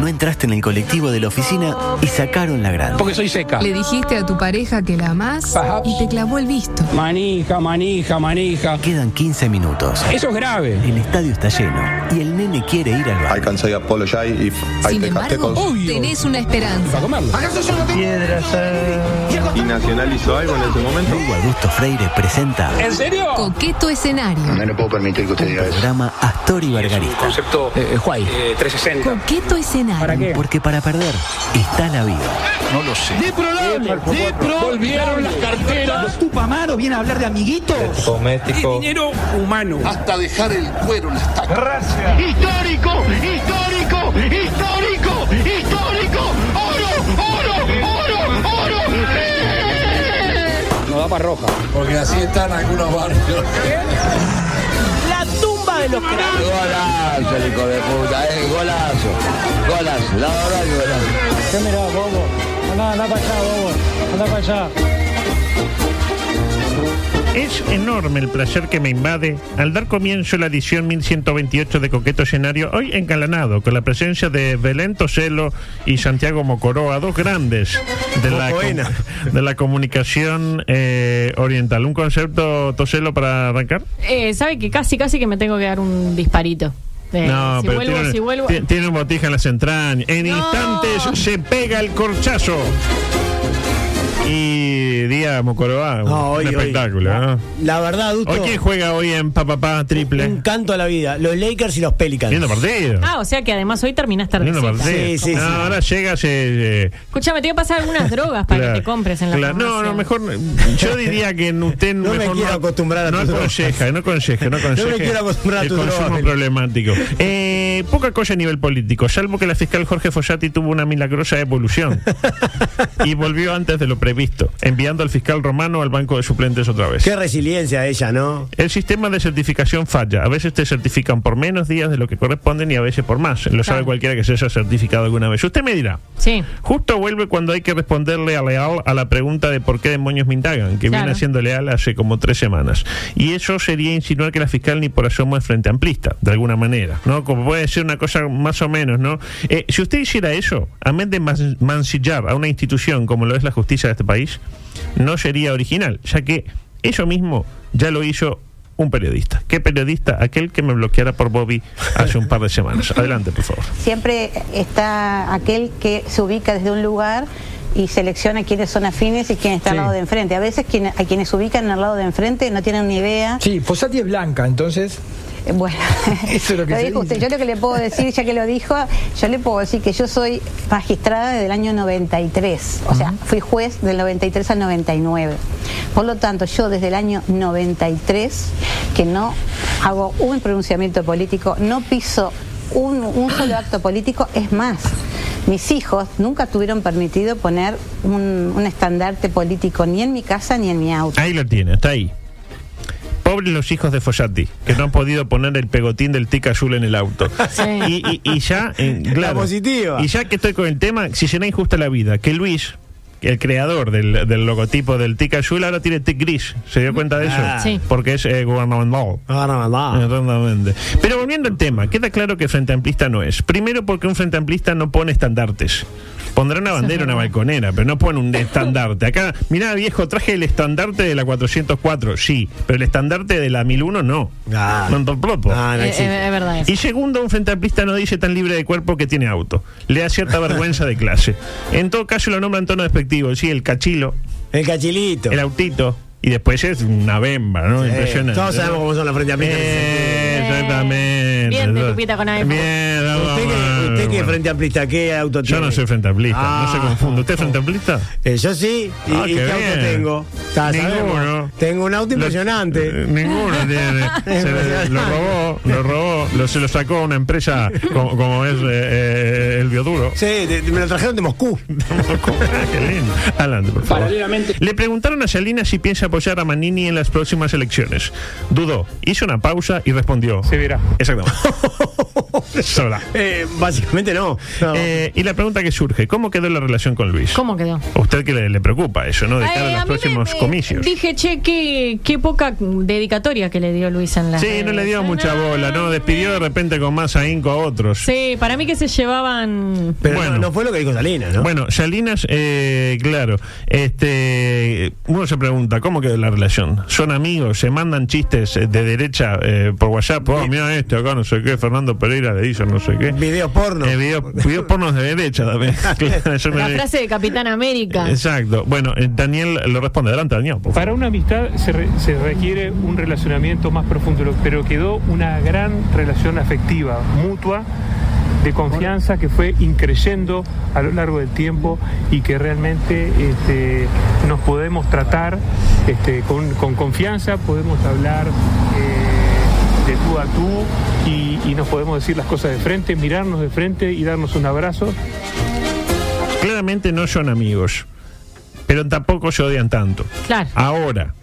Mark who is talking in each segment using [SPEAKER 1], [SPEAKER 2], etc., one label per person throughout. [SPEAKER 1] No entraste en el colectivo de la oficina y sacaron la grande.
[SPEAKER 2] Porque soy seca.
[SPEAKER 3] Le dijiste a tu pareja que la amás
[SPEAKER 2] Perhaps.
[SPEAKER 3] y te clavó el visto.
[SPEAKER 2] Manija, manija, manija.
[SPEAKER 1] Quedan 15 minutos.
[SPEAKER 2] Eso es grave.
[SPEAKER 1] El estadio está lleno y el nene quiere ir al
[SPEAKER 4] I
[SPEAKER 1] bar.
[SPEAKER 4] can say apologize if I
[SPEAKER 3] Sin
[SPEAKER 4] take
[SPEAKER 3] embargo, oh,
[SPEAKER 4] a
[SPEAKER 2] Obvio.
[SPEAKER 3] tenés una esperanza.
[SPEAKER 2] Para comerlo.
[SPEAKER 4] ¿Y Nacional hizo algo en ese momento?
[SPEAKER 1] Hugo Augusto Freire presenta
[SPEAKER 2] ¿En serio?
[SPEAKER 3] Coqueto escenario.
[SPEAKER 5] No le puedo permitir que usted diga
[SPEAKER 1] el
[SPEAKER 5] eso.
[SPEAKER 1] programa Astor y Bargarista.
[SPEAKER 6] concepto
[SPEAKER 2] Eh, eh, Juay.
[SPEAKER 6] eh, 360.
[SPEAKER 3] Coqueto
[SPEAKER 2] ¿Para
[SPEAKER 3] escenario.
[SPEAKER 2] qué?
[SPEAKER 1] Porque para perder está la vida.
[SPEAKER 2] Volvieron las carteras. ¿Los Tupamaro viene a hablar de amiguitos? Doméstico. dinero humano.
[SPEAKER 7] hasta dejar el cuero en las tacas.
[SPEAKER 8] histórico, histórico, histórico, histórico, oro, oro, oro, oro.
[SPEAKER 2] Nos da para roja.
[SPEAKER 7] Porque así están algunos barrios. La tumba de los Golazo, el hijo de puta, eh, golazo. Golazo, la verdad que golazo.
[SPEAKER 2] ¿Qué mirá, Bobo? Anda, anda para allá, Bobo. Anda para allá.
[SPEAKER 9] Es enorme el placer que me invade al dar comienzo a la edición 1128 de Coqueto Escenario, hoy encalanado, con la presencia de Belén Toselo y Santiago Mocoroa, dos grandes de la,
[SPEAKER 10] Mocoena.
[SPEAKER 9] com- de la comunicación eh, oriental. ¿Un concepto, Toselo, para arrancar?
[SPEAKER 11] Eh, ¿Sabe que casi, casi que me tengo que dar un disparito? Eh, si vuelvo,
[SPEAKER 9] tiene,
[SPEAKER 11] si vuelvo.
[SPEAKER 9] ti- tiene un botija en las entrañas. En
[SPEAKER 11] No.
[SPEAKER 9] instantes se pega el corchazo. Y Día Mocoroa,
[SPEAKER 10] No,
[SPEAKER 9] un
[SPEAKER 10] hoy, hoy.
[SPEAKER 9] espectáculo. ¿no?
[SPEAKER 10] La verdad, Dusto,
[SPEAKER 9] ¿Hoy quién juega hoy en papapá
[SPEAKER 10] un
[SPEAKER 9] triple?
[SPEAKER 10] canto a la vida. Los Lakers y los Pelicans.
[SPEAKER 9] Lindo partido.
[SPEAKER 11] Ah, o sea que además hoy terminaste
[SPEAKER 9] Lindo
[SPEAKER 11] tardecita.
[SPEAKER 9] partido.
[SPEAKER 10] Sí, sí,
[SPEAKER 9] Ah,
[SPEAKER 10] sí.
[SPEAKER 9] Ahora llega, se. se-
[SPEAKER 11] Escúchame, te voy a pasar algunas drogas para
[SPEAKER 9] claro.
[SPEAKER 11] que te compres en la
[SPEAKER 9] Claro. No,
[SPEAKER 11] farmacia.
[SPEAKER 9] no, mejor. Yo diría que en usted
[SPEAKER 10] No me
[SPEAKER 9] mejor
[SPEAKER 10] quiero acostumbrar a
[SPEAKER 9] No
[SPEAKER 10] tus
[SPEAKER 9] aconseja, no aconseja, no aconseja.
[SPEAKER 10] No me quiero acostumbrar a
[SPEAKER 9] el
[SPEAKER 10] tus
[SPEAKER 9] consumo
[SPEAKER 10] drogas, Felipe.
[SPEAKER 9] problemático. Eh, poca cosa a nivel político, salvo que la fiscal Jorge Fossati tuvo una milagrosa evolución y volvió antes de lo previsto, enviando al fiscal romano al banco de suplentes otra vez.
[SPEAKER 10] Qué resiliencia ella, ¿no?
[SPEAKER 9] El sistema de certificación falla. A veces te certifican por menos días de lo que corresponden y a veces por más. Lo sabe
[SPEAKER 11] Claro.
[SPEAKER 9] cualquiera que se haya certificado alguna vez. Usted me dirá.
[SPEAKER 11] Sí.
[SPEAKER 9] Justo vuelve cuando hay que responderle a Leal a la pregunta de por qué demonios me indagan, que
[SPEAKER 11] Claro.
[SPEAKER 9] viene haciendo Leal hace como tres semanas. Y eso sería insinuar que la fiscal ni por asomo es frente amplista, de alguna manera, ¿no? Como puede ser una cosa más o menos, ¿no? Eh, si usted hiciera eso, a menos de man- mancillar a una institución como lo es la justicia de este país, no sería original, ya que eso mismo ya lo hizo un periodista. ¿Qué periodista? Aquel que me bloqueara por Bobby hace un par de semanas. Adelante, por favor.
[SPEAKER 8] Siempre está aquel que se ubica desde un lugar y selecciona quiénes son afines y quiénes están
[SPEAKER 2] Sí.
[SPEAKER 8] al lado de enfrente. A veces quien- a quienes se ubican al lado de enfrente no tienen ni idea.
[SPEAKER 2] Sí, Fossati es blanca, entonces.
[SPEAKER 8] Eh, Bueno,
[SPEAKER 2] Eso es lo que se
[SPEAKER 8] dijo
[SPEAKER 2] dice.
[SPEAKER 8] usted. Yo lo que le puedo decir, ya que lo dijo, yo le puedo decir que yo soy magistrada desde el año 93. O sea, fui juez del 93 al 99. Por lo tanto, yo desde el año 93, que no hago un pronunciamiento político, no piso un, un solo acto político, es más. Mis hijos nunca tuvieron permitido poner un, un estandarte político ni en mi casa ni en mi auto.
[SPEAKER 9] Ahí lo tiene, está ahí. Pobres los hijos de Fossati, que no han podido poner el pegotín del tic azul en el auto.
[SPEAKER 11] Sí.
[SPEAKER 9] Y, y- y ya, eh, claro.
[SPEAKER 10] positiva.
[SPEAKER 9] Y ya que estoy con el tema, si será injusta la vida, que Luis, el creador del, del logotipo del tic azul, ahora tiene tic gris. ¿Se dio cuenta de eso?
[SPEAKER 10] Ah.
[SPEAKER 11] Sí.
[SPEAKER 9] Porque es eh, gubernamental.
[SPEAKER 10] No, no, no.
[SPEAKER 9] Rotundamente. Pero volviendo al tema, queda claro que Frente Amplista no es. Primero porque un Frente Amplista no pone estandartes. Pondrá una bandera, una balconera, pero no pone un estandarte. Acá, mirá viejo, traje el estandarte de la 404, sí, pero el estandarte de la 1001 no.
[SPEAKER 10] Ah.
[SPEAKER 9] No, no, propo.
[SPEAKER 10] Ah, no
[SPEAKER 11] Eh,
[SPEAKER 10] existe.
[SPEAKER 11] eh, es verdad eso.
[SPEAKER 9] Y segundo, un frente amplista no dice tan libre de cuerpo que tiene auto. Le da cierta vergüenza de clase. En todo caso lo nombra en tono despectivo, sí, el cachilo,
[SPEAKER 10] El cachilito.
[SPEAKER 9] el autito, y después es una bemba, ¿no?
[SPEAKER 10] Eh,
[SPEAKER 9] Impresionante.
[SPEAKER 10] Todos sabemos
[SPEAKER 9] ¿no?
[SPEAKER 10] cómo son los frente a
[SPEAKER 9] Eh, Exactamente.
[SPEAKER 11] Bien de Tupita con AF.
[SPEAKER 9] Bien, vamos,
[SPEAKER 7] ¿Usted que, usted que es
[SPEAKER 9] vamos.
[SPEAKER 7] frente amplista? ¿Qué auto
[SPEAKER 9] Ah, Yo
[SPEAKER 7] tiene?
[SPEAKER 9] no soy frente amplista, no se
[SPEAKER 7] Ah.
[SPEAKER 9] confunda. ¿Usted es frente amplista?
[SPEAKER 7] Eh, yo sí. ¿Y,
[SPEAKER 9] Ah,
[SPEAKER 7] y
[SPEAKER 9] qué
[SPEAKER 7] qué
[SPEAKER 9] bien.
[SPEAKER 7] auto tengo? Ya
[SPEAKER 9] Ninguno.
[SPEAKER 7] sabemos. Tengo un auto
[SPEAKER 9] Lo-
[SPEAKER 7] impresionante.
[SPEAKER 9] Eh, ninguno tiene. Se le- lo robó, lo robó, lo- se lo sacó a una empresa como, como es eh, eh, el Bioduro.
[SPEAKER 7] Sí, de- de- me lo trajeron de Moscú.
[SPEAKER 9] ah, Qué lindo. Adelante, por favor. Le preguntaron a Salinas si piensa apoyar a Manini en las próximas elecciones. Dudó, hizo una pausa y respondió. Se verá. Exactamente. Sola.
[SPEAKER 7] Eh, básicamente no. No.
[SPEAKER 9] Eh, y la pregunta que surge, ¿cómo quedó la relación con Luis?
[SPEAKER 11] ¿Cómo quedó?
[SPEAKER 9] A usted que le, le preocupa eso, ¿no? De cara a los
[SPEAKER 11] Ay, a mí me-
[SPEAKER 9] próximos
[SPEAKER 11] me-
[SPEAKER 9] comicios.
[SPEAKER 11] Dije, che, qué, qué poca dedicatoria que le dio Luis en la.
[SPEAKER 9] Sí, no le dio mucha bola, ¿no? Despidió de repente con más ahínco a otros.
[SPEAKER 11] Sí, para mí que se llevaban.
[SPEAKER 7] Pero
[SPEAKER 9] bueno.
[SPEAKER 7] no, no fue lo que dijo Salinas, ¿no?
[SPEAKER 9] Bueno, Salinas, eh, claro, este, uno se pregunta, ¿cómo quedó la relación? ¿Son amigos? ¿Se mandan chistes eh, de derecha eh, por WhatsApp? Oh, mira esto, acá no sé qué, Fernando Pereira le hizo no sé qué.
[SPEAKER 7] Videos porno.
[SPEAKER 9] Eh, video- videos pornos de derecha también. Claro, eso me-
[SPEAKER 11] La frase de Capitán América.
[SPEAKER 9] Exacto. Bueno, eh, Daniel lo responde. Adelante, Daniel. por favor.
[SPEAKER 5] Para una amistad se, re- se requiere un relacionamiento más profundo, lo- pero quedó una gran relación afectiva, mutua, de confianza que fue increyendo a lo largo del tiempo y que realmente este, nos podemos tratar este, con, con confianza, podemos hablar eh, de tú a tú y, y nos podemos decir las cosas de frente, mirarnos de frente y darnos un abrazo.
[SPEAKER 9] Claramente no son amigos, pero tampoco se odian tanto.
[SPEAKER 11] Claro.
[SPEAKER 10] Ah,
[SPEAKER 9] Ahora,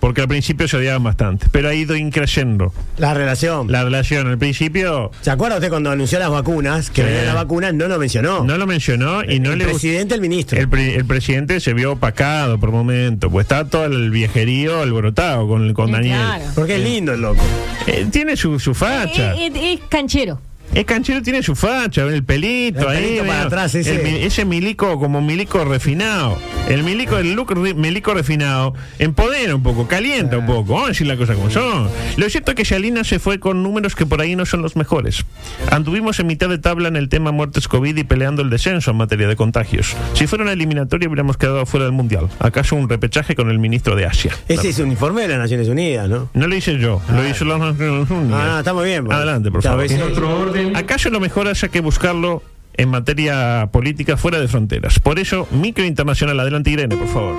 [SPEAKER 9] porque al principio se odiaban bastante, pero ha ido increyendo
[SPEAKER 7] La relación.
[SPEAKER 9] la relación. Al principio
[SPEAKER 7] ¿Se acuerda usted cuando anunció las vacunas? Que
[SPEAKER 9] Sí.
[SPEAKER 7] venían las vacunas, no lo mencionó.
[SPEAKER 9] no lo mencionó y no
[SPEAKER 7] el
[SPEAKER 9] le gustó.
[SPEAKER 7] presidente, el ministro.
[SPEAKER 9] El, pre- el presidente se vio opacado por momento, pues está todo el viejerío alborotado con, con
[SPEAKER 11] Eh,
[SPEAKER 9] Daniel.
[SPEAKER 11] claro.
[SPEAKER 7] Porque es lindo el loco.
[SPEAKER 9] Eh, tiene su, su facha.
[SPEAKER 11] Eh, eh, es canchero.
[SPEAKER 9] El canchero tiene su facha, el pelito ahí.
[SPEAKER 7] El pelito para
[SPEAKER 9] medio-
[SPEAKER 7] atrás, ese.
[SPEAKER 9] el mi- ese milico como milico refinado. El milico, el look ri- milico refinado empodera un poco, calienta un poco. Vamos a decir la cosa como son. Lo cierto es que Shalina se fue con números que por ahí no son los mejores. Anduvimos en mitad de tabla en el tema muertes COVID y peleando el descenso en materia de contagios. Si fuera una eliminatoria hubiéramos quedado fuera del mundial. ¿Acaso un repechaje con el ministro de Asia?
[SPEAKER 7] Ese es uniforme de las Naciones Unidas, ¿no?
[SPEAKER 9] No lo hice yo, lo hizo los Naciones Unidas.
[SPEAKER 7] Ah, está muy bien. bueno.
[SPEAKER 9] Adelante, por
[SPEAKER 7] Ya, a
[SPEAKER 9] favor.
[SPEAKER 7] veces-
[SPEAKER 9] ¿Acaso lo mejor haya que buscarlo en materia política fuera de fronteras? Por eso, micro internacional, adelante Irene, por favor.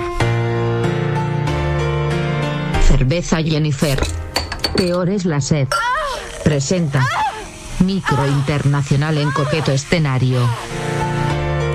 [SPEAKER 6] Cerveza Jennifer. Peor es la sed. Presenta. Micro Internacional en coqueto escenario.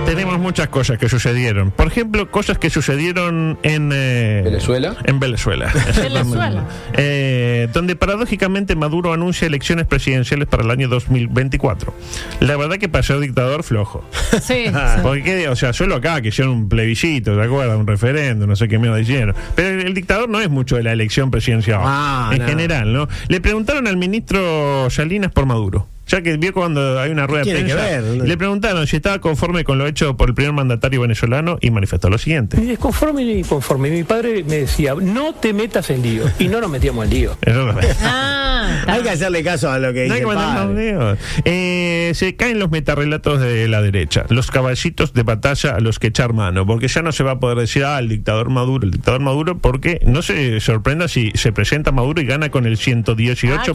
[SPEAKER 9] Tenemos muchas cosas que sucedieron. Por ejemplo, cosas que sucedieron en... eh,
[SPEAKER 12] ¿Venezuela?
[SPEAKER 9] En Venezuela.
[SPEAKER 11] Venezuela.
[SPEAKER 9] Eh, donde paradójicamente Maduro anuncia elecciones presidenciales para el año 2024. La verdad que para ser dictador flojo.
[SPEAKER 11] Sí.
[SPEAKER 9] Porque, o sea, solo acá que hicieron un plebiscito, ¿te acuerdas? Un referéndum, no sé qué mierda hicieron. Pero el, el dictador no es mucho de la elección presidencial.
[SPEAKER 7] Ah,
[SPEAKER 9] en
[SPEAKER 7] no.
[SPEAKER 9] general, ¿no? Le preguntaron al ministro Salinas por Maduro. Ya que vio cuando hay una rueda de
[SPEAKER 7] tiene que
[SPEAKER 9] prensa.
[SPEAKER 7] ver?
[SPEAKER 9] Le preguntaron si estaba conforme con lo hecho por el primer mandatario venezolano y manifestó lo siguiente.
[SPEAKER 5] Ni desconforme ni conforme. Mi padre me decía, no te metas en lío. Y no nos metíamos en lío.
[SPEAKER 9] Eso no es.
[SPEAKER 11] Ah, está.
[SPEAKER 7] Hay que hacerle caso a lo que
[SPEAKER 9] No hay
[SPEAKER 7] dice.
[SPEAKER 9] que
[SPEAKER 7] el
[SPEAKER 9] mandar
[SPEAKER 7] padre.
[SPEAKER 9] más videos. Eh, se caen los metarrelatos de la derecha, los caballitos de batalla a los que echar mano, porque ya no se va a poder decir, ah, el dictador Maduro, el dictador Maduro, porque no se sorprenda si se presenta Maduro y gana con el 118%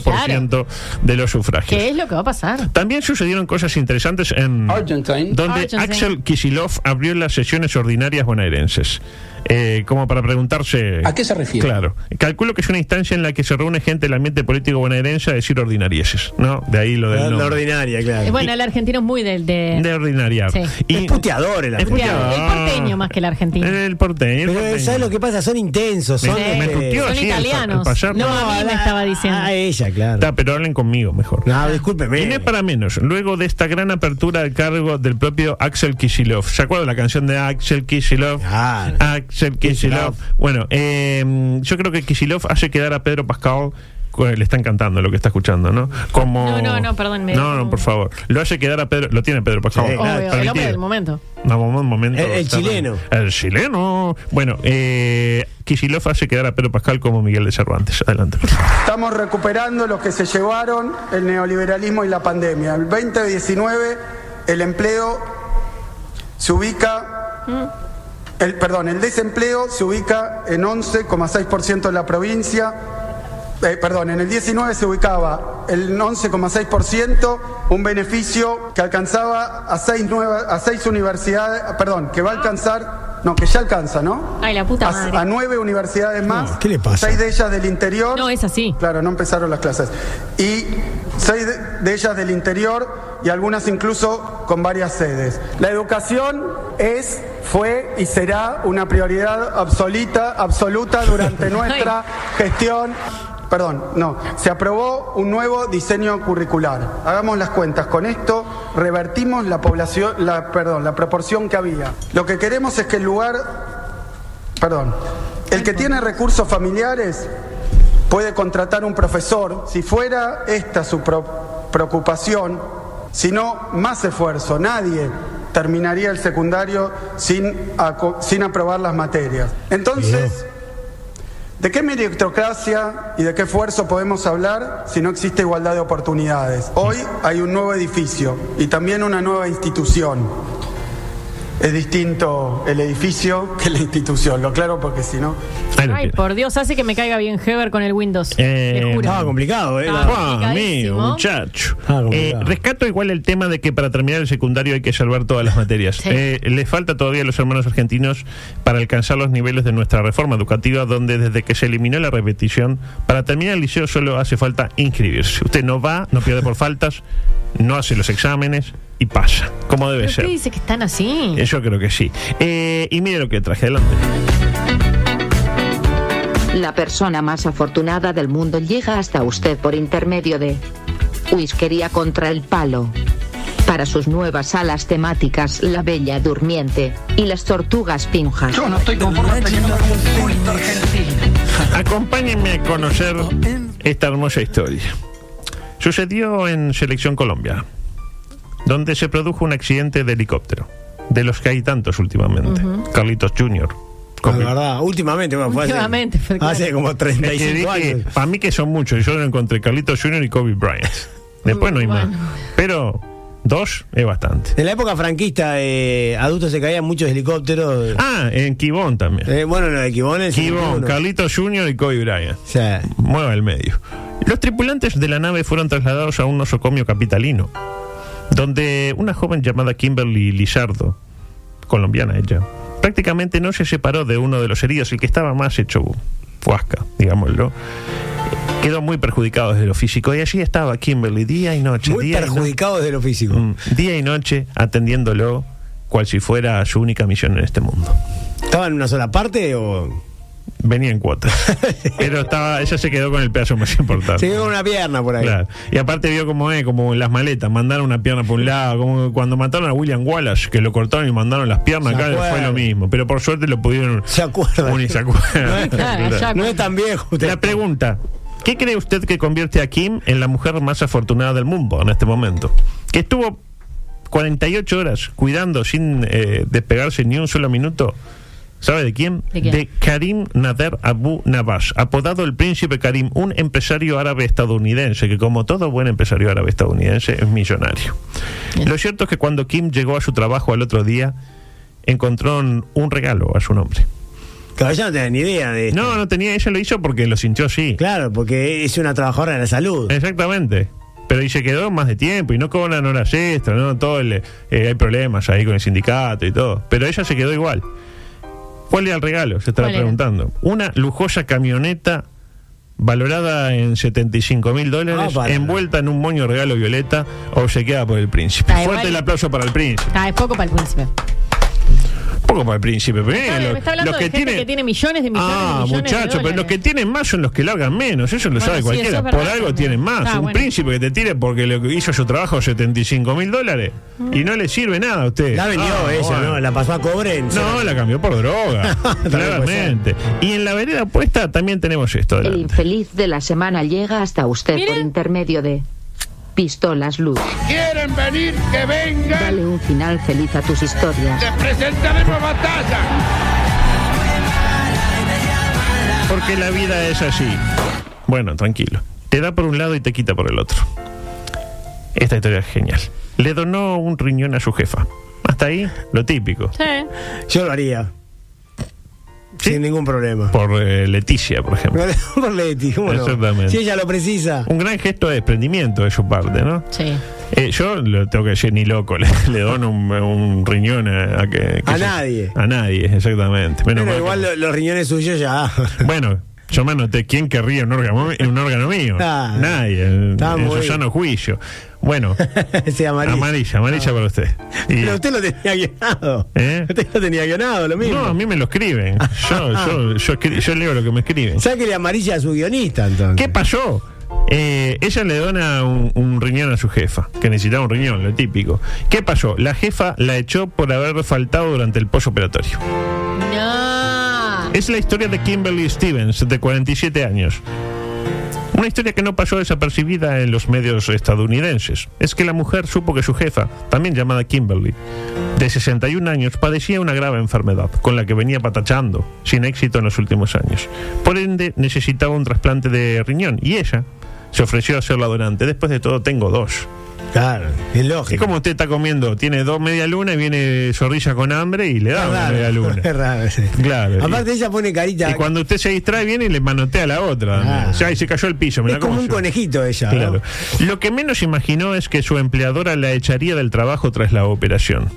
[SPEAKER 9] de los sufragios.
[SPEAKER 11] ¿Qué es lo que va a pasar?
[SPEAKER 9] También sucedieron cosas interesantes en
[SPEAKER 12] Argentina.
[SPEAKER 9] donde
[SPEAKER 11] Argentina.
[SPEAKER 9] Axel Kicillof abrió las sesiones ordinarias bonaerenses. Eh, como para preguntarse.
[SPEAKER 12] ¿A qué se refiere?
[SPEAKER 9] Claro. Calculo que es una instancia en la que se reúne gente del ambiente político bonaerense a decir ordinarieses, ¿no? De ahí lo del.
[SPEAKER 7] La, la
[SPEAKER 9] nombre.
[SPEAKER 7] ordinaria, claro.
[SPEAKER 11] Eh, bueno, el argentino es muy del de.
[SPEAKER 9] De ordinariar.
[SPEAKER 11] Sí.
[SPEAKER 9] Y-
[SPEAKER 7] es puteador el
[SPEAKER 9] Es
[SPEAKER 7] argentino.
[SPEAKER 9] puteador.
[SPEAKER 11] El porteño más que el argentino.
[SPEAKER 9] El porteño. el
[SPEAKER 7] Pero
[SPEAKER 9] porteño.
[SPEAKER 7] ¿sabes lo que pasa? Son intensos. Son,
[SPEAKER 9] Eh,
[SPEAKER 7] este,
[SPEAKER 9] Me-
[SPEAKER 11] Sí.
[SPEAKER 9] me tuteó
[SPEAKER 11] Son
[SPEAKER 9] así al- al
[SPEAKER 11] italianos.
[SPEAKER 9] pasar.
[SPEAKER 11] No, a mí me estaba diciendo.
[SPEAKER 7] A Ah, ella, claro.
[SPEAKER 9] Está, pero hablen conmigo mejor.
[SPEAKER 7] No, discúlpeme.
[SPEAKER 9] Y no es para menos, luego de esta gran apertura al cargo del propio Axel Kicillof. ¿Se acuerdan la canción de Axel Kicillof?
[SPEAKER 7] Ah, Claro.
[SPEAKER 9] Ah, Axel Kicillof.
[SPEAKER 7] Kicillof.
[SPEAKER 9] Bueno, eh, yo creo que Kicillof hace quedar a Pedro Pascal. cu- Le están cantando lo que está escuchando, ¿no? Como...
[SPEAKER 11] No, no, no, perdón, me-
[SPEAKER 9] No, no, por favor. Lo hace quedar a Pedro. Lo tiene Pedro Pascal.
[SPEAKER 7] Sí,
[SPEAKER 11] Obvio, el hombre
[SPEAKER 9] Permitido.
[SPEAKER 11] del momento.
[SPEAKER 9] Vamos, un momento.
[SPEAKER 7] El- el
[SPEAKER 9] Está bien.
[SPEAKER 7] chileno.
[SPEAKER 9] El chileno. Bueno, eh, Kicillof hace quedar a Pedro Pascal como Miguel de Cervantes. Adelante.
[SPEAKER 5] Estamos recuperando los que se llevaron el neoliberalismo y la pandemia. El 2019 el empleo se ubica,
[SPEAKER 11] Mm.
[SPEAKER 5] el, perdón, el desempleo se ubica en 11,6% en la provincia,
[SPEAKER 8] eh, perdón, en el 19 se ubicaba el 11,6%, un beneficio que alcanzaba a seis, nueva- a seis universidades, perdón, que va a alcanzar, no, que ya alcanza, ¿no?
[SPEAKER 11] Ay, la puta
[SPEAKER 8] a,
[SPEAKER 11] madre.
[SPEAKER 8] a nueve universidades más.
[SPEAKER 7] ¿Qué le pasa?
[SPEAKER 8] Seis de ellas del interior.
[SPEAKER 11] No, es así.
[SPEAKER 8] Claro, no empezaron las clases. Y seis de, de ellas del interior y algunas incluso con varias sedes. La educación es, fue y será una prioridad absoluta, absoluta durante nuestra gestión. Perdón, no. Se aprobó un nuevo diseño curricular. Hagamos las cuentas. Con esto revertimos la población, la, perdón, la proporción que había. Lo que queremos es que el lugar Perdón. El que tiene recursos familiares puede contratar un profesor. Si fuera esta su pro- preocupación, sino más esfuerzo, nadie terminaría el secundario sin, aco- sin aprobar las materias. Entonces, ¿de qué meritocracia y de qué esfuerzo podemos hablar si no existe igualdad de oportunidades? Hoy hay un nuevo edificio y también una nueva institución. Es distinto el edificio que la institución, lo claro porque si no...
[SPEAKER 9] Ahí lo
[SPEAKER 11] Ay,
[SPEAKER 9] tiene.
[SPEAKER 11] por Dios, hace que me caiga bien Heber con el Windows.
[SPEAKER 9] Eh,
[SPEAKER 11] Les juro.
[SPEAKER 7] Estaba complicado, ¿eh?
[SPEAKER 11] Ah,
[SPEAKER 7] La-
[SPEAKER 9] Ah,
[SPEAKER 11] complicadísimo.
[SPEAKER 9] amigo, muchacho.
[SPEAKER 7] Ah, complicado.
[SPEAKER 9] Eh, rescato igual el tema de que para terminar el secundario hay que salvar todas las materias.
[SPEAKER 11] Sí.
[SPEAKER 9] Eh, le falta todavía a los hermanos argentinos para alcanzar los niveles de nuestra reforma educativa, donde desde que se eliminó la repetición, para terminar el liceo solo hace falta inscribirse. Usted no va, no pierde por faltas, no hace los exámenes y pasa, como debe
[SPEAKER 11] ¿Pero
[SPEAKER 9] ser.
[SPEAKER 11] qué dice que están así?
[SPEAKER 9] Eh, Yo creo que sí. Eh, y mire lo que traje adelante.
[SPEAKER 6] La persona más afortunada del mundo llega hasta usted por intermedio de Whiskería contra el Palo. Para sus nuevas salas temáticas La Bella Durmiente y las Tortugas Pinjas.
[SPEAKER 9] Acompáñenme a conocer esta hermosa historia. Sucedió en Selección Colombia, donde se produjo un accidente de helicóptero, de los que hay tantos últimamente. Carlitos Jr.
[SPEAKER 7] La verdad, últimamente, bueno, fue hace-
[SPEAKER 11] Últimamente, fue claro.
[SPEAKER 7] hace como
[SPEAKER 9] Es que
[SPEAKER 7] 35
[SPEAKER 9] dije,
[SPEAKER 7] años.
[SPEAKER 9] para mí que son muchos, yo lo encontré Carlitos Jr. y Kobe Bryant. Después no hay más.
[SPEAKER 11] Bueno.
[SPEAKER 9] Pero dos es bastante.
[SPEAKER 7] En la época franquista, eh, adultos se caían muchos helicópteros.
[SPEAKER 9] Ah, en Quibón también.
[SPEAKER 7] Eh, bueno, los de Quibón, el
[SPEAKER 9] Quibón,
[SPEAKER 7] 51.
[SPEAKER 9] Carlitos Jr. y Kobe Bryant.
[SPEAKER 7] O sea,
[SPEAKER 9] mueva el medio. Los tripulantes de la nave fueron trasladados a un nosocomio capitalino, donde una joven llamada Kimberly Lizardo, colombiana ella, prácticamente no se separó de uno de los heridos, el que estaba más hecho fuasca, digámoslo. Quedó muy perjudicado desde lo físico y allí estaba Kimberly día y noche.
[SPEAKER 7] muy
[SPEAKER 9] día y noche.
[SPEAKER 7] perjudicados de lo físico.
[SPEAKER 9] Mm, día y noche atendiéndolo cual si fuera su única misión en este mundo.
[SPEAKER 7] ¿Estaban en una sola parte o.?
[SPEAKER 9] Venía en cuotas. Pero estaba, ella se quedó con el pedazo más importante.
[SPEAKER 7] Se quedó con una pierna por ahí.
[SPEAKER 9] Claro. Y aparte vio como es, como las maletas, mandaron una pierna por un lado, como cuando mataron a William Wallace, que lo cortaron y mandaron las piernas,
[SPEAKER 7] Se
[SPEAKER 9] acá fue
[SPEAKER 7] acuerda.
[SPEAKER 9] lo mismo. Pero por suerte lo pudieron
[SPEAKER 7] ¿Se acuerda?
[SPEAKER 9] unir, ¿se acuerda?
[SPEAKER 7] No es tan-
[SPEAKER 11] Claro, ya-
[SPEAKER 7] no es tan viejo usted.
[SPEAKER 9] La pregunta, ¿qué cree usted que convierte a Kim en la mujer más afortunada del mundo en este momento? Que estuvo 48 horas cuidando sin eh, despegarse ni un solo minuto. ¿Sabe de quién?
[SPEAKER 11] ¿De quién?
[SPEAKER 9] Karim Nader Abu Nawash, apodado el príncipe Karim, un empresario árabe estadounidense, que como todo buen empresario árabe estadounidense es millonario. Lo cierto es que cuando Kim llegó a su trabajo al otro día, encontró un un regalo a su nombre.
[SPEAKER 7] Claro, ella no tenía ni idea de esto.
[SPEAKER 9] No, no tenía, ella lo hizo porque lo sintió así.
[SPEAKER 7] Este- Claro, porque es una trabajadora de la salud.
[SPEAKER 9] Eh, Exactamente. Pero y se quedó más de tiempo y no cobran horas extra, ¿no? Todo el, eh, hay problemas ahí con el sindicato y todo. Pero ella se quedó igual. ¿Cuál era el regalo? Se estaba
[SPEAKER 11] ¿Cuál era?
[SPEAKER 9] preguntando. Una lujosa camioneta valorada en 75 mil dólares,
[SPEAKER 7] Ah, para.
[SPEAKER 9] envuelta en un moño regalo violeta, obsequiada por el príncipe.
[SPEAKER 11] Está
[SPEAKER 9] Fuerte
[SPEAKER 11] igual.
[SPEAKER 9] el aplauso para el príncipe.
[SPEAKER 11] Ah, es poco para el príncipe.
[SPEAKER 9] Poco para el príncipe, pero eh,
[SPEAKER 11] Está bien,
[SPEAKER 9] lo-
[SPEAKER 11] me está hablando
[SPEAKER 9] los
[SPEAKER 11] de gente
[SPEAKER 9] tienen-
[SPEAKER 11] que tiene millones de millones
[SPEAKER 9] Ah,
[SPEAKER 11] de millones de
[SPEAKER 9] muchachos, pero
[SPEAKER 11] dólares.
[SPEAKER 9] los que tienen más son los que largan menos, eso lo
[SPEAKER 11] Bueno,
[SPEAKER 9] sabe
[SPEAKER 11] sí,
[SPEAKER 9] cualquiera.
[SPEAKER 11] eso es
[SPEAKER 9] Por
[SPEAKER 11] verdad
[SPEAKER 9] algo
[SPEAKER 11] también.
[SPEAKER 9] tienen más.
[SPEAKER 11] Ah,
[SPEAKER 9] un
[SPEAKER 11] bueno.
[SPEAKER 9] príncipe que te tire porque lo que hizo su trabajo 75 mil dólares y no le sirve nada a usted.
[SPEAKER 7] La vendió
[SPEAKER 9] Ah,
[SPEAKER 7] ella,
[SPEAKER 9] bueno.
[SPEAKER 7] ¿no? La pasó a cobre en
[SPEAKER 9] No, la cambió por droga,
[SPEAKER 7] También puede ser.
[SPEAKER 9] claramente. Y en la vereda opuesta también tenemos esto.
[SPEAKER 6] El
[SPEAKER 9] adelante.
[SPEAKER 6] infeliz de la semana llega hasta usted por intermedio de Pistolas Luz.
[SPEAKER 12] ¿Quieren venir? ¡Que vengan!
[SPEAKER 6] Dale un final feliz a tus historias.
[SPEAKER 12] ¡Les presentaremos batalla!
[SPEAKER 9] Porque la vida es así. Bueno, tranquilo. Te da por un lado y te quita por el otro. Esta historia es genial. Le donó un riñón a su jefa. Hasta ahí, lo típico.
[SPEAKER 11] Sí.
[SPEAKER 7] Yo lo haría.
[SPEAKER 9] ¿Sí?
[SPEAKER 7] sin ningún problema.
[SPEAKER 9] Por eh, Leticia, por ejemplo.
[SPEAKER 7] Por Leti, ¿cómo no?
[SPEAKER 9] Exactamente.
[SPEAKER 7] Si ella lo precisa.
[SPEAKER 9] Un gran gesto de desprendimiento de su parte, ¿no?
[SPEAKER 11] Sí.
[SPEAKER 9] Eh, yo lo tengo que decir ni loco, le, le dono un, un riñón a, a que- que
[SPEAKER 7] A
[SPEAKER 9] se-
[SPEAKER 7] nadie.
[SPEAKER 9] A nadie, exactamente. Menos
[SPEAKER 7] Pero
[SPEAKER 9] mal
[SPEAKER 7] igual
[SPEAKER 9] que-
[SPEAKER 7] lo- los riñones suyos ya.
[SPEAKER 9] Bueno, yo me anoté, ¿quién querría un órgano, un órgano mío?
[SPEAKER 7] Ah,
[SPEAKER 9] Nadie, en
[SPEAKER 7] está
[SPEAKER 9] en
[SPEAKER 7] muy
[SPEAKER 9] su
[SPEAKER 7] bien.
[SPEAKER 9] sano juicio. Bueno,
[SPEAKER 7] Ese amarillo.
[SPEAKER 9] amarilla, amarilla para usted. Y-
[SPEAKER 7] Ah. Pero usted lo tenía guionado.
[SPEAKER 9] ¿Eh?
[SPEAKER 7] Usted lo tenía guionado, lo mismo.
[SPEAKER 9] No, a mí me lo escriben. Yo, yo, yo, escri- yo leo lo que me escriben.
[SPEAKER 7] ¿Sabe que le amarilla a su guionista entonces?
[SPEAKER 9] ¿Qué pasó? Eh, ella le dona un, un riñón a su jefa, que necesitaba un riñón, lo típico. ¿Qué pasó? La jefa la echó por haber faltado durante el posoperatorio.
[SPEAKER 11] No.
[SPEAKER 9] Es la historia de Kimberly Stevens, de 47 años. Una historia que no pasó desapercibida en los medios estadounidenses. Es que la mujer supo que su jefa, también llamada Kimberly, de 61 años, padecía una grave enfermedad con la que venía patachando, sin éxito en los últimos años. Por ende, necesitaba un trasplante de riñón y ella se ofreció a ser la donante. Después de todo, tengo dos.
[SPEAKER 7] Claro, es
[SPEAKER 9] Es
[SPEAKER 7] lógico.
[SPEAKER 9] como usted está comiendo, tiene dos media luna y viene zorrilla con hambre y le da
[SPEAKER 7] Es
[SPEAKER 9] una
[SPEAKER 7] raro,
[SPEAKER 9] media luna.
[SPEAKER 7] Es raro, sí.
[SPEAKER 9] Claro.
[SPEAKER 7] Aparte, ella pone carita.
[SPEAKER 9] Y cuando usted se distrae, viene y le manotea la otra.
[SPEAKER 7] Ah.
[SPEAKER 9] O sea, y se cayó el piso. me
[SPEAKER 7] es
[SPEAKER 9] la
[SPEAKER 7] como
[SPEAKER 9] como
[SPEAKER 7] un
[SPEAKER 9] yo.
[SPEAKER 7] conejito ella. ¿no?
[SPEAKER 9] Claro. Lo que menos imaginó es que su empleadora la echaría del trabajo tras la operación.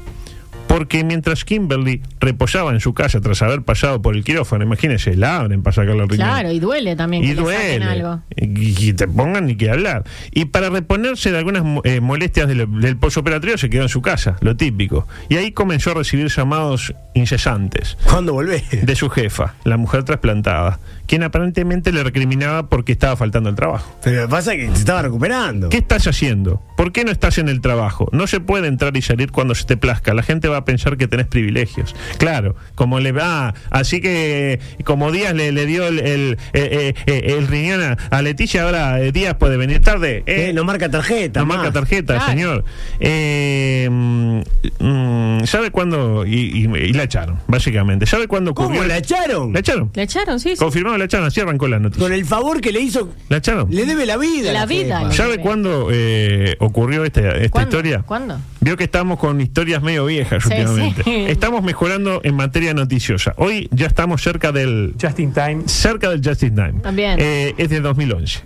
[SPEAKER 9] Porque mientras Kimberly reposaba en su casa tras haber pasado por el quirófano, imagínese, la abren para sacarle el riñón.
[SPEAKER 11] Claro, y duele también.
[SPEAKER 9] Y
[SPEAKER 11] que le saquen
[SPEAKER 9] duele.
[SPEAKER 11] algo.
[SPEAKER 9] Y, y te pongan ni que hablar. Y para reponerse de algunas mo- eh, molestias del, del posoperatorio se quedó en su casa, lo típico. Y ahí comenzó a recibir llamados incesantes
[SPEAKER 7] ¿Cuándo volvés?
[SPEAKER 9] de su jefa, la mujer trasplantada, quien aparentemente le recriminaba porque estaba faltando el trabajo.
[SPEAKER 7] Pero pasa que se estaba recuperando.
[SPEAKER 9] ¿Qué estás haciendo? ¿Por qué no estás en el trabajo? No se puede entrar y salir cuando se te plazca. La gente va a pensar que tenés privilegios. Claro, como le va. así que como Díaz le, le dio el, el, eh, eh, eh, el riñón a, a Leticia, ahora eh, Díaz puede venir tarde.
[SPEAKER 7] Eh, no marca tarjeta.
[SPEAKER 9] No
[SPEAKER 7] ma.
[SPEAKER 9] marca tarjeta,
[SPEAKER 11] Claro.
[SPEAKER 9] señor. Eh, mm, mm, ¿Sabe cuándo? Y, y- y la echaron, básicamente. ¿Sabe cuándo ocurrió?
[SPEAKER 7] ¿Cómo la echaron?
[SPEAKER 9] La echaron.
[SPEAKER 11] ¿Le echaron? Sí, sí.
[SPEAKER 9] Confirmado, la echaron, así arrancó la noticia.
[SPEAKER 7] Con el favor que le hizo.
[SPEAKER 9] La echaron.
[SPEAKER 7] Le debe la vida. a
[SPEAKER 11] La vida,
[SPEAKER 7] jefa.
[SPEAKER 11] le-
[SPEAKER 9] ¿Sabe cuándo eh, ocurrió esta, esta
[SPEAKER 11] ¿Cuándo?
[SPEAKER 9] historia?
[SPEAKER 11] ¿Cuándo?
[SPEAKER 9] Vio que estamos con historias medio viejas
[SPEAKER 11] Sí,
[SPEAKER 9] últimamente.
[SPEAKER 11] sí.
[SPEAKER 9] Estamos mejorando en materia noticiosa. Hoy ya estamos cerca del
[SPEAKER 5] Just in time.
[SPEAKER 9] cerca del Justice Time.
[SPEAKER 11] También.
[SPEAKER 9] Eh, es de 2011.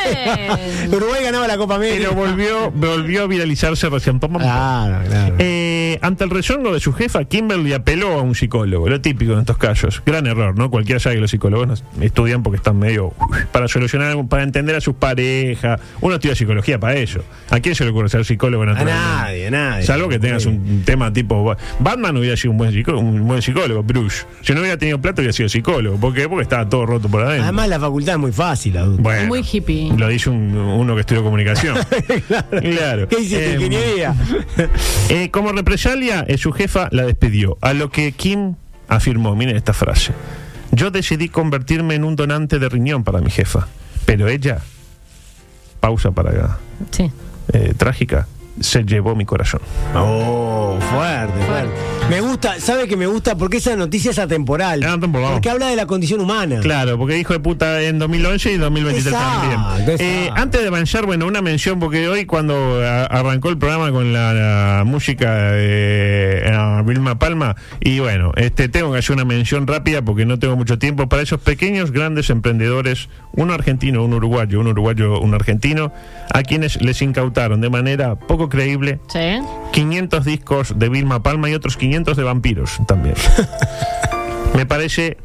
[SPEAKER 11] Bien.
[SPEAKER 7] Uruguay ganaba la Copa América.
[SPEAKER 9] Pero volvió volvió a viralizarse recién. Pam, pam, pam.
[SPEAKER 7] Claro, claro.
[SPEAKER 9] Eh, ante el rezongo de su jefa, Kimberly apeló a un psicólogo, lo típico en estos casos. Gran error, ¿no? Cualquiera sabe que los psicólogos nos estudian porque están medio para solucionar, algo, para entender a sus parejas. Uno estudia psicología para ello. ¿A quién se le ocurre ser psicólogo?
[SPEAKER 7] a
[SPEAKER 9] naturalmente?
[SPEAKER 7] nadie, a nadie.
[SPEAKER 9] Salvo que tengas un tema tipo Ba- Batman hubiera sido un buen, psicó- un buen psicólogo, Bruce. Si no hubiera tenido plata hubiera sido psicólogo, ¿por qué? Porque estaba todo roto por adentro.
[SPEAKER 7] Además, la facultad es muy fácil, adulto.
[SPEAKER 9] Bueno,
[SPEAKER 11] Muy hippie.
[SPEAKER 9] Lo dice un- uno que estudió comunicación. claro.
[SPEAKER 7] ¿Qué hiciste,
[SPEAKER 9] Eh,
[SPEAKER 7] ingeniería?
[SPEAKER 9] eh, como represalia, eh, su jefa la despidió, a lo que Kim afirmó, miren esta frase, yo decidí convertirme en un donante de riñón para mi jefa, pero ella, pausa para acá,
[SPEAKER 11] Sí.
[SPEAKER 9] eh, trágica, se llevó mi corazón.
[SPEAKER 7] Oh, fuerte, fuerte. Me gusta, ¿sabe que me gusta? Porque esa noticia es atemporal.
[SPEAKER 9] Es atemporal.
[SPEAKER 7] Porque habla de la condición humana.
[SPEAKER 9] Claro, porque dijo de puta en 2011 y 2023 también.
[SPEAKER 7] Exacto,
[SPEAKER 9] Eh,
[SPEAKER 7] exacto.
[SPEAKER 9] antes de avanzar, bueno, una mención, porque hoy cuando a- arrancó el programa con la, la música de eh, Vilma Palma, y bueno, este tengo que hacer una mención rápida porque no tengo mucho tiempo para esos pequeños, grandes emprendedores, uno argentino, un uruguayo, un uruguayo, un argentino, a quienes les incautaron de manera poco creíble
[SPEAKER 11] Sí.
[SPEAKER 9] 500 discos de Vilma Palma y otros 500 de vampiros también. me parece.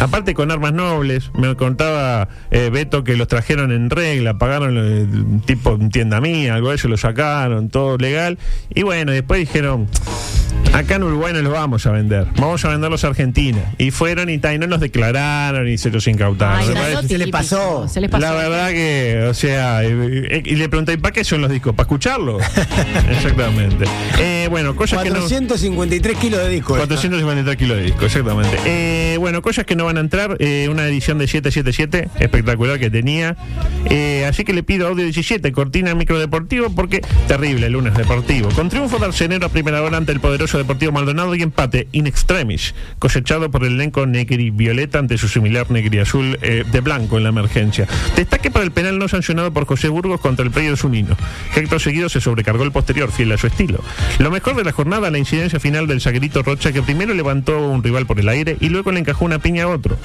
[SPEAKER 9] Aparte con armas nobles, me contaba eh, Beto que los trajeron en regla, pagaron eh, tipo en tienda mía, algo de eso, lo sacaron, todo legal. Y bueno, después dijeron, acá en Uruguay no los vamos a vender, vamos a venderlos a Argentina. Y fueron y, ta, y no los declararon y se los incautaron.
[SPEAKER 11] Ay,
[SPEAKER 9] Me
[SPEAKER 11] no,
[SPEAKER 9] parece-
[SPEAKER 11] no
[SPEAKER 7] se le
[SPEAKER 11] típico.
[SPEAKER 7] pasó.
[SPEAKER 11] Se les pasó.
[SPEAKER 9] la verdad que, o sea, eh, eh, y le pregunté, ¿para qué son los discos? ¿Para escucharlo? exactamente. Eh, bueno, cosas que no...
[SPEAKER 7] 453 kilos de disco.
[SPEAKER 9] 453 kilos de disco, exactamente. Eh, bueno, cosas que no van a entrar. eh, una edición de 777 espectacular que tenía. Eh, así que le pido audio 17, cortina micro deportivo, porque terrible el lunes deportivo. Con triunfo de Arsenero a primera hora ante el poderoso Deportivo Maldonado y empate in extremis, cosechado por el elenco negri violeta ante su similar negri azul eh, de blanco en la emergencia. Destaque para el penal no sancionado por José Burgos contra el predio Sunino, que acto seguido se sobrecargó el posterior, fiel a su estilo. Lo mejor de la jornada, la incidencia final del Sagrito Rocha, que primero levantó a un rival por el aire y luego le encajó una piña a otro,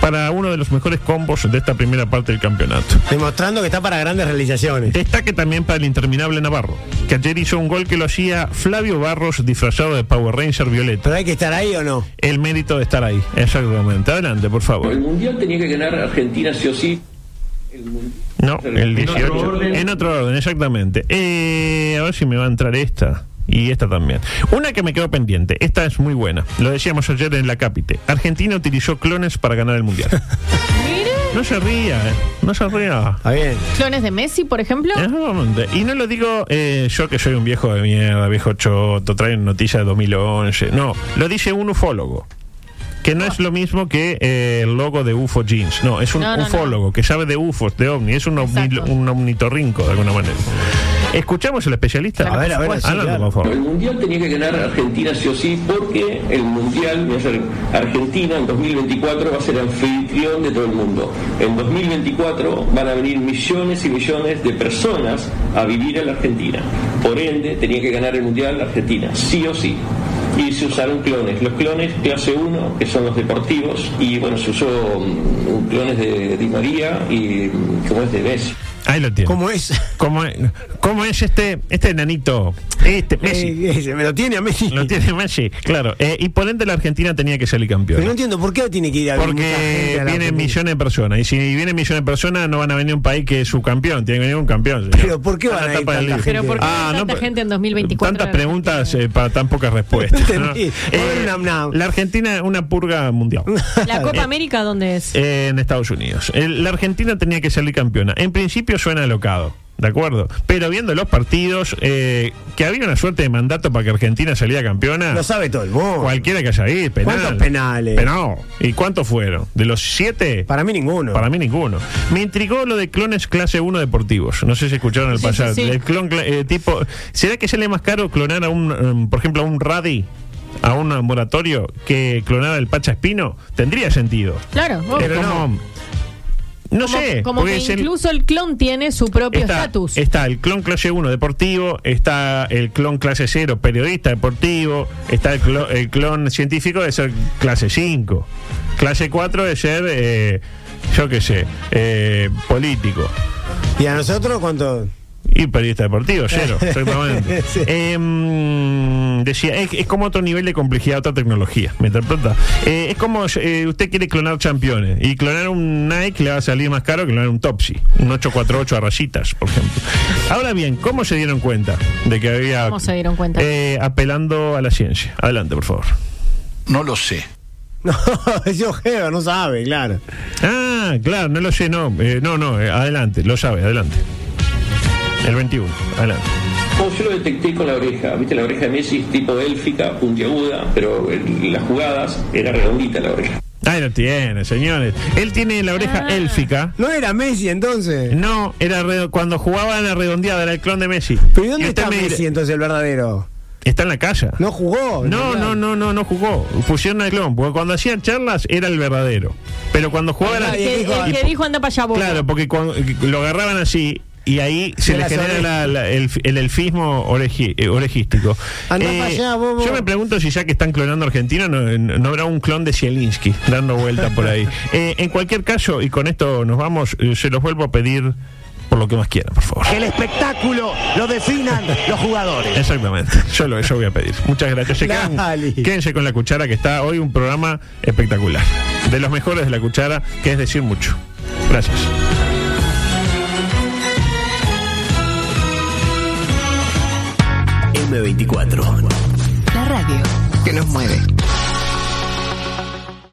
[SPEAKER 9] para uno de los mejores combos de esta primera parte del campeonato.
[SPEAKER 7] Demostrando que está para grandes realizaciones.
[SPEAKER 9] Destaque también para el interminable Navarro, que ayer hizo un gol que lo hacía Flavio Barros disfrazado de Power Ranger Violeta.
[SPEAKER 7] ¿Pero hay que estar ahí o no?
[SPEAKER 9] El mérito de estar ahí, exactamente. Adelante, por favor.
[SPEAKER 2] El mundial tenía que ganar Argentina sí o sí. El mundial.
[SPEAKER 9] No, el 18. En otro orden, exactamente. Eh, a ver si me va a entrar esta. Y esta también. Una que me quedó pendiente. Esta es muy buena. Lo decíamos ayer en la Capite. Argentina utilizó clones para ganar el mundial. No se ría, eh. no se ría.
[SPEAKER 7] Está bien.
[SPEAKER 11] ¿Clones de Messi, por ejemplo?
[SPEAKER 9] ¿Eh? Exactamente. Y no lo digo eh, yo que soy un viejo de mierda, viejo choto, traen noticias de 2011. No, lo dice un ufólogo. Que no es lo mismo que eh, el logo de UFO Jeans. No, es un
[SPEAKER 11] No, no, no.
[SPEAKER 9] ufólogo que sabe de UFOs, de ovni. Es un, ovni-
[SPEAKER 2] Exacto.
[SPEAKER 9] un omnitorrinco, de alguna manera. Escuchamos al especialista.
[SPEAKER 2] Claro, A ver, a ver, por supuesto. sí,
[SPEAKER 9] Adelante,
[SPEAKER 2] claro.
[SPEAKER 9] por favor.
[SPEAKER 2] El Mundial tenía que ganar Argentina sí o sí porque el Mundial, va a ser Argentina en 2024 va a ser anfitrión de todo el mundo. En 2024 van a venir millones y millones de personas a vivir a la Argentina. Por ende, tenía que ganar el Mundial Argentina, sí o sí. Y se usaron clones, los clones clase 1, que son los deportivos, y bueno, se usó mm, clones de Di María y mm, como es de Messi.
[SPEAKER 9] Ahí lo tiene. ¿Cómo es? ¿Cómo es, este, este enanito? Este,
[SPEAKER 2] Eh,
[SPEAKER 9] Messi.
[SPEAKER 7] Eh, me lo tiene a Messi.
[SPEAKER 9] Lo tiene Messi, claro. Eh, y por ende la Argentina tenía que salir campeón.
[SPEAKER 7] Pero no entiendo por qué tiene que ir a ver mucha gente
[SPEAKER 9] Porque
[SPEAKER 7] a la
[SPEAKER 9] vienen
[SPEAKER 7] Argentina?
[SPEAKER 9] millones de personas. Y si vienen millones de personas, no van a venir a un país que es su campeón. Tiene que venir un campeón. señor.
[SPEAKER 7] Pero ¿por qué
[SPEAKER 9] la
[SPEAKER 7] van a
[SPEAKER 9] tapa
[SPEAKER 7] ir
[SPEAKER 9] del
[SPEAKER 7] tanta
[SPEAKER 9] libro.
[SPEAKER 7] gente?
[SPEAKER 11] Pero ¿por qué
[SPEAKER 9] Ah,
[SPEAKER 11] tanta
[SPEAKER 9] no, pero-
[SPEAKER 11] gente en 2024?
[SPEAKER 9] Tantas preguntas eh, para tan pocas respuestas. ¿no?
[SPEAKER 7] Entendí.
[SPEAKER 9] Eh,
[SPEAKER 7] Bueno, no.
[SPEAKER 9] La Argentina es una purga mundial.
[SPEAKER 11] ¿La Copa América dónde es?
[SPEAKER 9] Eh, en Estados Unidos. El- la Argentina tenía que salir campeona. En principio suena alocado. ¿De acuerdo? Pero viendo los partidos, eh, que había una suerte de mandato para que Argentina saliera campeona.
[SPEAKER 7] Lo sabe todo el mundo.
[SPEAKER 9] Cualquiera que haya ahí, penal.
[SPEAKER 7] ¿Cuántos penales?
[SPEAKER 9] Penal. ¿Y cuántos fueron? ¿De los siete?
[SPEAKER 7] Para mí ninguno.
[SPEAKER 9] Para mí ninguno. Me intrigó lo de clones clase 1 deportivos. No sé si escucharon el
[SPEAKER 11] Sí, sí,
[SPEAKER 9] pasado.
[SPEAKER 11] sí.
[SPEAKER 9] El clon cla- eh, tipo. ¿Será que sale más caro clonar a un, em, por ejemplo, a un Radi, a un moratorio, que clonar al Pacha Espino? Tendría sentido.
[SPEAKER 11] Claro, obvio.
[SPEAKER 9] Pero no. No
[SPEAKER 11] Oh. Como-
[SPEAKER 9] sé.
[SPEAKER 11] Como
[SPEAKER 9] porque
[SPEAKER 11] que
[SPEAKER 9] es el-
[SPEAKER 11] incluso el clon tiene su propio
[SPEAKER 9] Está,
[SPEAKER 11] estatus.
[SPEAKER 9] está el clon clase 1 deportivo, está el clon clase 0 periodista deportivo, está el, clo- el clon científico de ser clase 5, clase 4 de ser, eh, yo qué sé, eh, político
[SPEAKER 7] ¿Y a nosotros cuánto?
[SPEAKER 9] y periodista deportivo, cero, exactamente.
[SPEAKER 7] Sí.
[SPEAKER 9] Em, decía, es, es como otro nivel de complejidad, otra tecnología, me interpreta. Eh, es como eh, usted quiere clonar campeones y clonar un Nike le va a salir más caro que clonar un Topsy, un 848 a rayitas, por ejemplo. Ahora bien, ¿cómo se dieron cuenta de que había...
[SPEAKER 11] ¿Cómo se dieron cuenta?
[SPEAKER 9] Eh, apelando a la ciencia. Adelante, por favor.
[SPEAKER 13] No lo sé.
[SPEAKER 7] No, yo Jeva, no sabe, claro.
[SPEAKER 9] Ah, claro, no lo sé, no. eh, no, no, eh, adelante, lo sabe, adelante. El 21, adelante.
[SPEAKER 2] No, yo lo detecté con la oreja, viste la oreja de Messi es tipo élfica, puntiaguda, pero en las jugadas era redondita la oreja.
[SPEAKER 9] Ahí lo tiene, señores. Él tiene la oreja
[SPEAKER 11] Ah.
[SPEAKER 9] élfica.
[SPEAKER 7] No era Messi entonces.
[SPEAKER 9] No, era redo- cuando jugaba era redondeada, era el clon de Messi.
[SPEAKER 7] ¿Pero ¿y
[SPEAKER 9] Y
[SPEAKER 7] dónde
[SPEAKER 9] usted
[SPEAKER 7] está
[SPEAKER 9] Este me dirá-
[SPEAKER 7] Messi entonces el verdadero?
[SPEAKER 9] Está en la calle.
[SPEAKER 7] No jugó.
[SPEAKER 9] No, no, no, no, no jugó. Pusieron al clon, porque cuando hacían charlas era el verdadero. Pero cuando jugaba
[SPEAKER 11] El
[SPEAKER 9] era...
[SPEAKER 11] que, el que dijo anda para allá vos.
[SPEAKER 9] Claro, porque cuando- eh, lo agarraban así y ahí se
[SPEAKER 7] De
[SPEAKER 9] le
[SPEAKER 7] las
[SPEAKER 9] genera la- la- el, el elfismo oreji- eh, orejístico. Eh,
[SPEAKER 7] Andá pa' allá, bobo.
[SPEAKER 9] Yo me pregunto si ya que están clonando a Argentina no, eh, no habrá un clon de Zielinski dando vuelta por ahí. Eh, en cualquier caso, y con esto nos vamos, eh, se los vuelvo a pedir por lo que más quieran, por favor.
[SPEAKER 14] El espectáculo lo definan los jugadores.
[SPEAKER 9] Exactamente, yo lo eso voy a pedir. Muchas gracias. Se quedan-
[SPEAKER 7] Dale.
[SPEAKER 9] quédense con la cuchara que está hoy un programa espectacular. De los mejores de la cuchara, que es decir mucho. Gracias.
[SPEAKER 1] M24.
[SPEAKER 3] La radio.
[SPEAKER 1] Que nos mueve.